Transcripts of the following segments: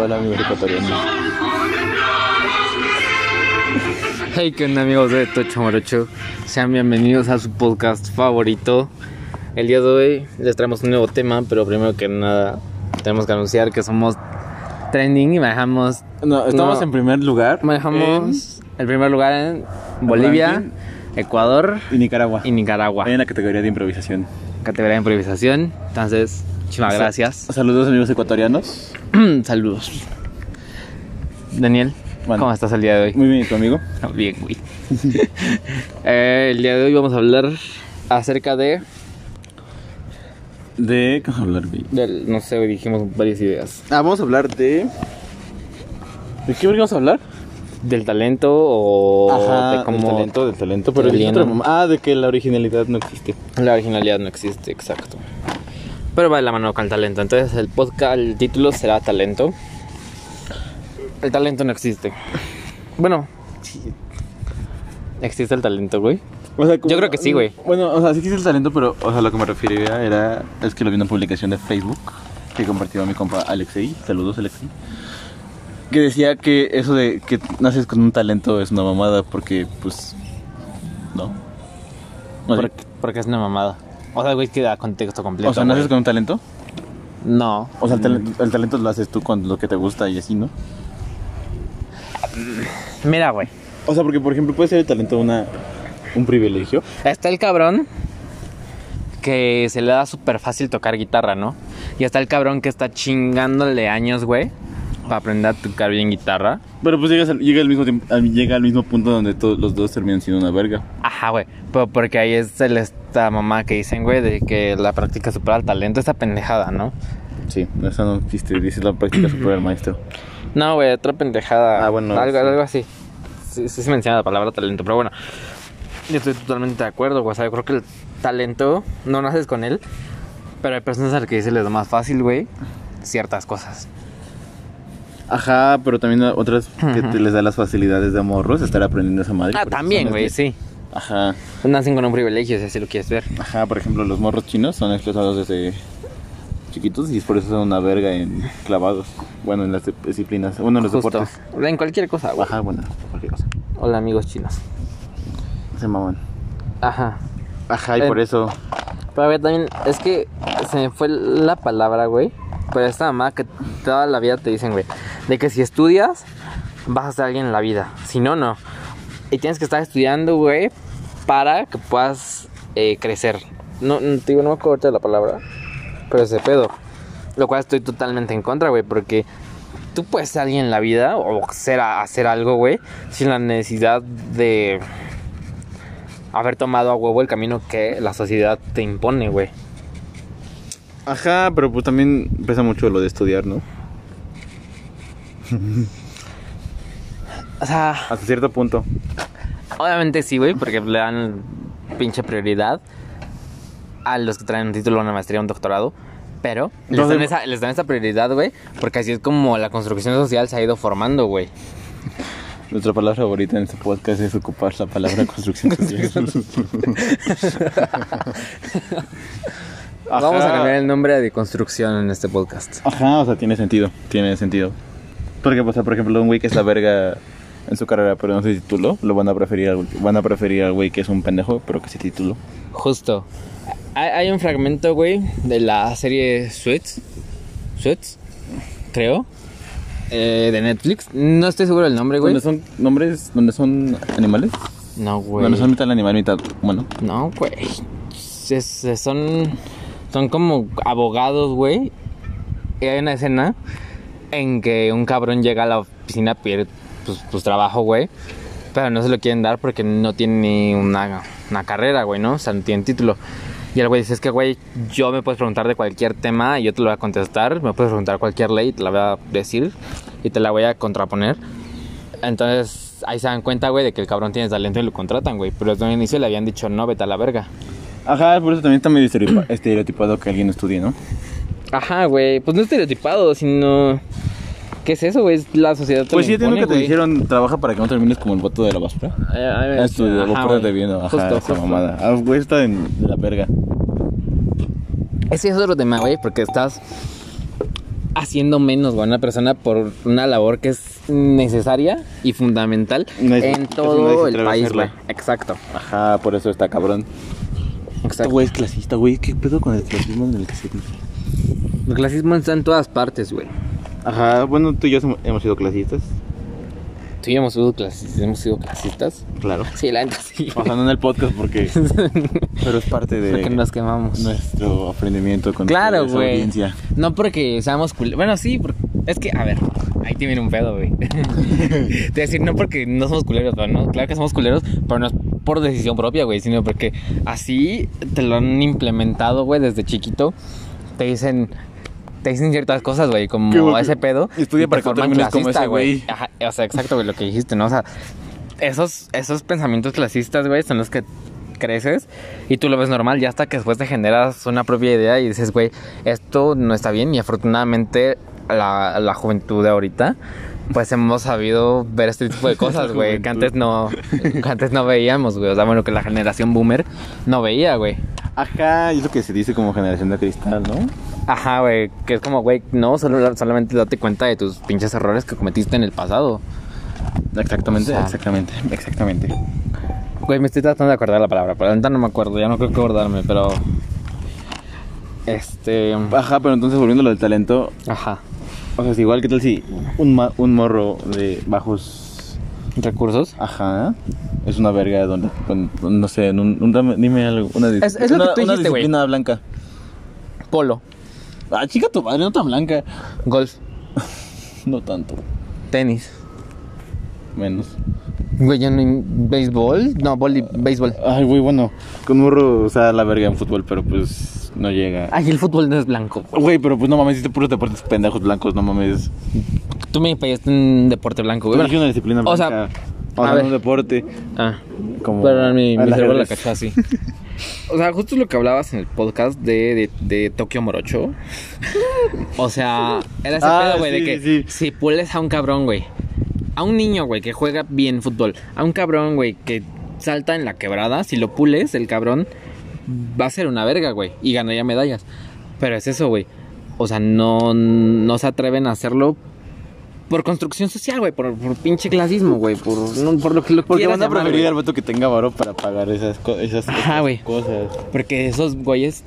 Hola amigos ecuatorianos. Hey, que onda amigos de Tocho Morocho? Sean bienvenidos a su podcast favorito. El día de hoy les traemos un nuevo tema, pero primero que nada tenemos que anunciar que somos trending y manejamos, No, estamos No. en primer lugar. manejamos el primer lugar en Bolivia, ranking. Ecuador en- Y Nicaragua. y Nicaragua. Ahí en la categoría de improvisación. Categoría de improvisación. Entonces, muchísimas gracias. Saludos amigos ecuatorianos. Saludos. Daniel, Bueno. ¿cómo estás el día de hoy? Muy bien, tu amigo. Bien, güey. Eh, el día de hoy vamos a hablar acerca de, De... ¿Qué vamos a hablar, güey? del- no sé, dijimos varias ideas. Ah, vamos a hablar de... ¿De qué vamos a hablar? Del talento o de del cómo talento, del talento. Pero Del dijiste otra lleno. mam- Ah, de que la originalidad no existe. la originalidad no existe, exacto. Pero va de la mano con el talento. Entonces el podcast, el título será talento. El talento no existe. Bueno, sí. existe el talento, güey. O sea, como- Yo creo que sí, güey. Bueno, o sea, sí existe el talento, pero, o sea, lo que me refería era. Es que lo vi en una publicación de Facebook que compartió mi compa Alexei. Saludos, Alexei. Que decía que eso de que naces con un talento es una mamada porque, pues. No. O sea, Porque, porque es una mamada. O sea, güey, que da contexto completo. o sea, naces con un talento. güey. No. O sea, el talento, el talento lo haces tú con lo que te gusta y así, ¿no? Mira, güey. O sea, porque, por ejemplo, puede ser el talento una, un privilegio. Está el cabrón que se le da súper fácil tocar guitarra, ¿no? Y está el cabrón que está chingándole años, güey, para aprender a tocar bien guitarra. Pero pues llegas al- llega, al mismo tiempo- al- llega al mismo punto donde todos los dos terminan siendo una verga. Ajá, güey. Pero porque ahí es el- esta mamá que dicen, güey, de que la práctica supera el talento, esta pendejada, ¿no? Sí, eso no existe. Dice la práctica supera al maestro. No, güey, otra pendejada. Ah, bueno, Algo, sí. algo así. Sí, sí se menciona la palabra talento, pero bueno. Yo estoy totalmente de acuerdo, güey. O sea, yo creo que el talento no naces con él, pero hay personas a las que se les da más fácil, güey, ciertas cosas. Ajá, pero también a otras que te les da las facilidades de morros estar aprendiendo esa madre. Ah, porque también, son güey, esclav- sí. Ajá, Nacen con un privilegio, si así lo quieres ver. ajá, por ejemplo, los morros chinos son explotados desde chiquitos y por eso son una verga en clavados. Bueno, en las de- disciplinas, bueno, en los Justo. deportes. En cualquier cosa, güey. Ajá, bueno, cualquier cosa. Hola, amigos chinos. Se maman. Ajá. Ajá, y Eh. por eso. Pero a ver, también, es que se me fue la palabra, güey. Pero esta mamá que toda la vida te dicen, güey, de que si estudias, vas a ser alguien en la vida. Si no, no. Y tienes que estar estudiando, güey, para que puedas eh, crecer. No, no, te digo, no me acuerdo ahorita de la palabra, pero ese pedo. Lo cual estoy totalmente en contra, güey, porque tú puedes ser alguien en la vida o ser, hacer algo, güey, sin la necesidad de haber tomado a huevo el camino que la sociedad te impone, güey. Ajá, pero pues también pesa mucho lo de estudiar, ¿no? O sea, Hasta cierto punto. obviamente sí, güey, porque le dan pinche prioridad a los que traen un título, una maestría, un doctorado. Pero les Entonces- dan, esa, les dan esa prioridad, güey, porque así es como la construcción social se ha ido formando, güey. Nuestra palabra favorita en este podcast es ocupar la palabra construcción social. Vamos a cambiar el nombre de construcción en este podcast. Ajá, o sea, tiene sentido, tiene sentido. Porque, o sea, por ejemplo, un güey que es la verga en su carrera, pero no se tituló, lo van a preferir al, van a preferir al güey que es un pendejo, pero que se tituló. Justo. Hay, hay un fragmento, güey, de la serie Suits. Suits, creo. eh, de Netflix. No estoy seguro del nombre, güey. ¿Dónde son nombres? ¿Dónde son animales? No, güey. ¿Dónde son mitad animal, mitad humano? No, güey. Se- se- son, son como abogados, güey. Y hay una escena en que un cabrón llega a la oficina a pedir pues, pues, trabajo, güey. Pero no se lo quieren dar porque no tiene ni una, una carrera, güey, ¿no? O sea, no tiene título. Y el güey dice, es que, güey, yo me puedes preguntar de cualquier tema y yo te lo voy a contestar. Me puedes preguntar cualquier ley y te la voy a decir y te la voy a contraponer. Entonces ahí se dan cuenta, güey, de que el cabrón tiene talento y lo contratan, güey. Pero desde un inicio le habían dicho, no, vete a la verga. Ajá, por eso también está medio estereotipa- estereotipado que alguien estudie, ¿no? Ajá, güey. Pues no estereotipado, sino. ¿Qué es eso, güey? Es La sociedad. Pues sí, entiendo que te dijeron, trabaja para que no termines como el voto de la basura. Ah, Estudio, lo Ajá, pórtate güey. bien, ajá, Justo, esa justo. mamada. Ah, güey, está en de la verga. Ese es otro tema, güey, porque estás haciendo menos, güey, a una persona por una labor que es necesaria y fundamental No es- en casi nadie todo se el atreve a país, hacerla. güey. Exacto, Ajá, por eso está cabrón. Este exacto. güey es clasista, güey. ¿Qué pedo con el clasismo en el que se vive? El clasismo está en todas partes, güey. Ajá, bueno, tú y yo som- hemos sido clasistas. Tú y yo hemos sido clasistas. ¿Hemos sido clasistas? Claro. Sí, la neta sí. O sea, no en el podcast porque. Pero es parte de. Porque nos quemamos. Nuestro aprendimiento con Claro, esa güey. audiencia. No porque seamos cul... Bueno, sí, porque... es que, a ver, ahí te viene un pedo, güey. Te voy a decir, no porque no somos culeros, pero no, claro que somos culeros, pero no es por decisión propia, güey, sino porque así te lo han implementado, güey, desde chiquito. Te dicen, te dicen ciertas cosas, güey, como Qué bueno. ese pedo. Estudia y te para que forman termines como ese güey. Ajá, o sea, exacto, güey, lo que dijiste, ¿no? O sea, esos, esos pensamientos clasistas, güey, son los que creces y tú lo ves normal, ya hasta que después te generas una propia idea y dices, güey, esto no está bien y afortunadamente la, la juventud de ahorita, pues hemos sabido ver este tipo de cosas, güey, que antes no, que antes no veíamos, güey, o sea, bueno, que la generación boomer no veía, güey. Ajá, y es lo que se dice como generación de cristal, ¿no? Ajá, güey, que es como, güey, no, solo, solamente date cuenta de tus pinches errores que cometiste en el pasado. Exactamente, O sea. exactamente, exactamente. Güey, me estoy tratando de acordar la palabra, pero ahorita no me acuerdo, ya no creo que acordarme, pero... Este... Ajá, pero entonces volviendo a lo del talento, Ajá. o sea, es igual, ¿qué tal si un, ma- un morro de bajos. ¿Recursos? Ajá, es una verga donde. con- con- no sé, en un, un- dame- dime algo, una dis- Es- es lo que una- tú dijiste, güey. Una disciplina blanca. Polo. Ah, chica, tu madre no tan blanca. Golf. No tanto, Tenis. menos. Güey, yo no... ¿Béisbol? No, boli- béisbol. Ay, güey, bueno, con morro, o sea, la verga en fútbol, pero pues no llega. Ay, el fútbol no es blanco. Güey, pero pues no mames, hiciste puros deportes pendejos blancos, no mames. Tú me pediste un deporte blanco, güey. Pero dije una disciplina o sea, blanca. a O sea, ver. un deporte. Ah, Como perdón, mi, al mi cerebro la revés. cachó así. O sea, justo lo que hablabas en el podcast de, de, de Tokio Morocho. O sea, era ese Ah, pedo, güey, sí, de que sí. si pules a un cabrón, güey. A un niño, güey, que juega bien fútbol. A un cabrón, güey, que salta en la quebrada. Si lo pules, el cabrón va a ser una verga, güey. Y ganaría medallas. Pero es eso, güey. O sea, no, no se atreven a hacerlo por construcción social, güey. Por, por pinche clasismo, güey. Por, no, por lo que lo Porque quieras van a llamar, preferir güey. al vato que tenga varo para pagar esas, co- esas, Ajá, esas güey. cosas. Porque esos güeyes.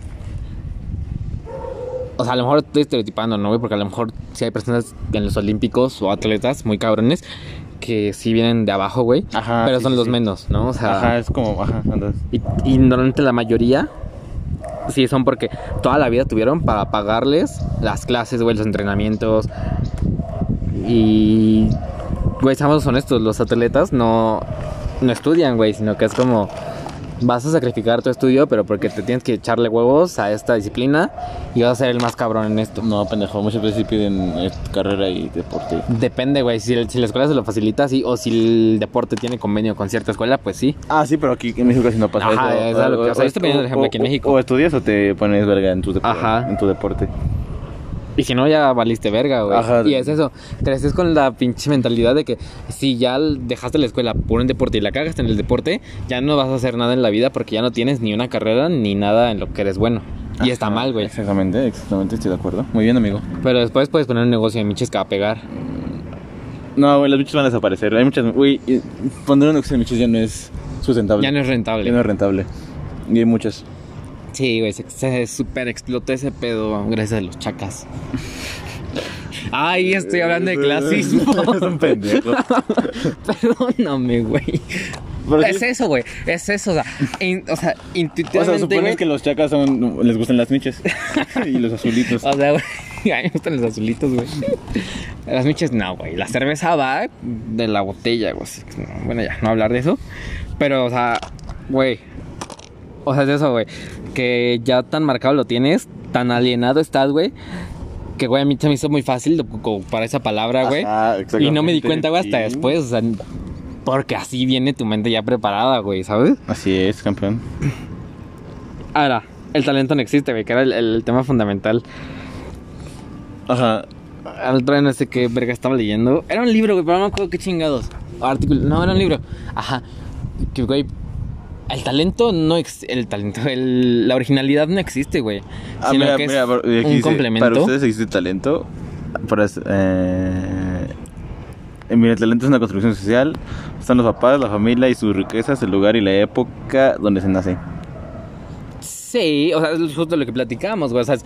O sea, a lo mejor estoy estereotipando, ¿no, güey? Porque a lo mejor sí hay personas en los Olímpicos o atletas muy cabrones que sí vienen de abajo, güey. Ajá, Pero sí, son sí, los sí. menos, ¿no? O sea. Ajá, es como, ajá, andas. Y, y normalmente la mayoría sí son porque toda la vida tuvieron para pagarles las clases, güey, los entrenamientos. Y, güey, seamos honestos, los atletas no, no estudian, güey, sino que es como vas a sacrificar tu estudio, pero porque te tienes que echarle huevos a esta disciplina y vas a ser el más cabrón en esto. No, pendejo, muchas veces sí piden eh, carrera y deporte. Depende, güey, si, el- si la escuela se lo facilita, sí, o si el deporte tiene convenio con cierta escuela, pues sí. Ah, sí, pero aquí en México casi no pasa Ajá, eso. es a lo que- o sea, yo estoy poniendo el ejemplo o- aquí en México. O estudias o te pones verga en tu, depo- Ajá. En tu deporte. Y si no, ya valiste verga, güey. Ajá. Y es eso. Creces con la pinche mentalidad de que si ya l- dejaste la escuela por un deporte y la cagaste en el deporte, ya no vas a hacer nada en la vida porque ya no tienes ni una carrera ni nada en lo que eres bueno. Y está Ajá, mal, güey. Exactamente, exactamente, estoy de acuerdo. Muy bien, amigo. Pero después puedes poner un negocio de miches que va a pegar. No, güey, los bichos van a desaparecer. Hay muchas. Güey, eh, poner un negocio de bichos ya no es sustentable. Ya no es rentable. Ya no es rentable. Y hay muchas. Sí, güey. Se, se super explotó ese pedo gracias a los chacas. Ay, estoy hablando de clasismo. es un pendejo. Perdóname, güey. Pero Es sí- eso, güey. Es eso. O sea, in- o sea O sea, intuitivamente. güey, supones que los chacas son, les gustan las miches y los azulitos. O sea, güey, a mí me gustan los azulitos, güey. Las miches, no, güey. La cerveza va de la botella, güey. así que no, bueno, ya, no hablar de eso. Pero, o sea, güey. O sea, es eso, güey. Que ya tan marcado lo tienes, tan alienado estás, güey. Que, güey, a mí se me hizo muy fácil lo- co- para esa palabra, güey. Ajá, exactamente. Y no me di cuenta, güey, hasta Sí. después. O sea, porque así viene tu mente ya preparada, güey, ¿sabes? Así es, campeón. Ahora, el talento no existe, güey, que era el- el tema fundamental. Ajá. Al otro día no sé qué verga estaba leyendo. Era un libro, güey, pero no me acuerdo qué chingados. Artículo. No, era un libro. Ajá. Que, güey, El talento no ex- el talento, el- la originalidad no existe, güey. Ah, sino mira, que es mira, por- aquí un dice, complemento. Para ustedes existe talento. Para, eh, eh, mira, el talento es una construcción social. Están los papás, la familia y sus riquezas, el lugar y la época donde se nace. Sí, o sea, es justo lo que platicamos, güey. O sea, es-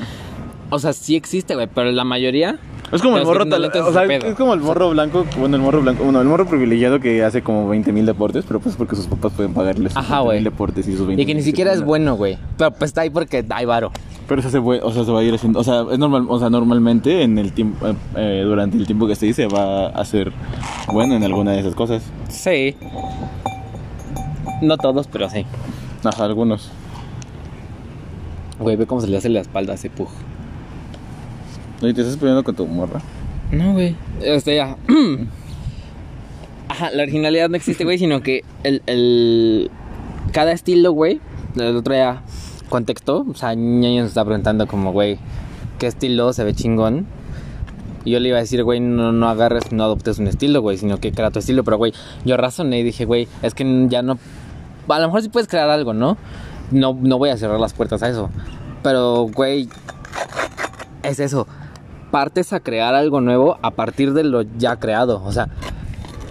o sea, sí existe, güey, pero la mayoría Es como el Los morro tal- ignorantes o sea, de pedo. es como el morro blanco, bueno, el morro blanco, bueno, el morro privilegiado que hace como 20 mil deportes, pero pues porque sus papás pueden pagarle sus Ajá, 20,000 güey. deportes y sus 20 y que ni siquiera es bueno, güey. Pero pues está ahí porque hay varo. Pero eso se, fue- o sea, se va a ir haciendo, o sea, es normal, o sea, normalmente en el tiempo, eh, eh, durante el tiempo que esté ahí se va a hacer bueno en alguna de esas cosas. Sí. No todos, pero sí. Ajá, algunos. Güey, ve cómo se le hace la espalda a ese pug. Oye, te estás peleando con tu morra. No, güey. Este, ya. Ajá, la originalidad no existe, güey, sino que el, el- Cada estilo, güey, el otro día, contexto, o sea, Ñaño nos está preguntando como, güey, ¿qué estilo se ve chingón? Y yo le iba a decir, güey, no, no agarres, no adoptes un estilo, güey, sino que crea tu estilo. Pero, güey, yo razoné y dije, güey, es que ya no... A lo mejor sí puedes crear algo, ¿no? No, no voy a cerrar las puertas a eso. Pero, güey, es eso. Partes a crear algo nuevo a partir de lo ya creado. O sea,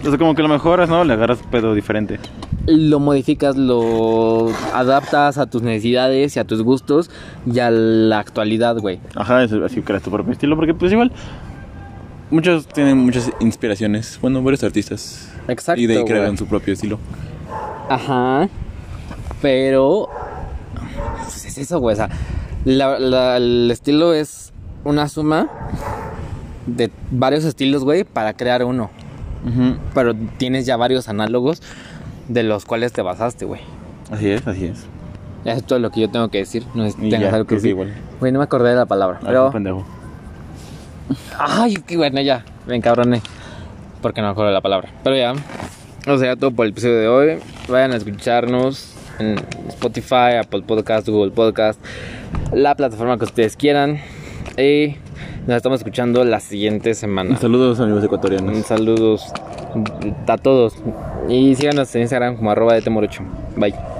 O sea, como que lo mejoras, ¿no? Le agarras pedo diferente. lo modificas, lo adaptas a tus necesidades y a tus gustos y a la actualidad, güey. Ajá, es- así creas tu propio estilo, porque pues igual... Muchos tienen muchas inspiraciones, bueno, varios artistas. Exacto. y de ahí güey. crearon su propio estilo. Ajá. Pero. pues, es eso, güey. O sea, la- la- el estilo es una suma de varios estilos, güey, para crear uno. Pero tienes ya varios análogos de los cuales te basaste, güey. Así es, así es. Eso es todo lo que yo tengo que decir. No es, Y tengas ya, algo que creo que decir. igual. Ah, Güey, no me acordé de la palabra. Pero... Pero. Ay, qué bueno, ya. Me encabroné. Porque no me acuerdo de la palabra. Pero ya. O sea, todo por el episodio de hoy. Vayan a escucharnos en Spotify, Apple Podcast, Google Podcast. La plataforma que ustedes quieran. Y nos estamos escuchando la siguiente semana. Saludos amigos ecuatorianos. Saludos a todos. Y síganos en Instagram como arroba de temorocho. Bye.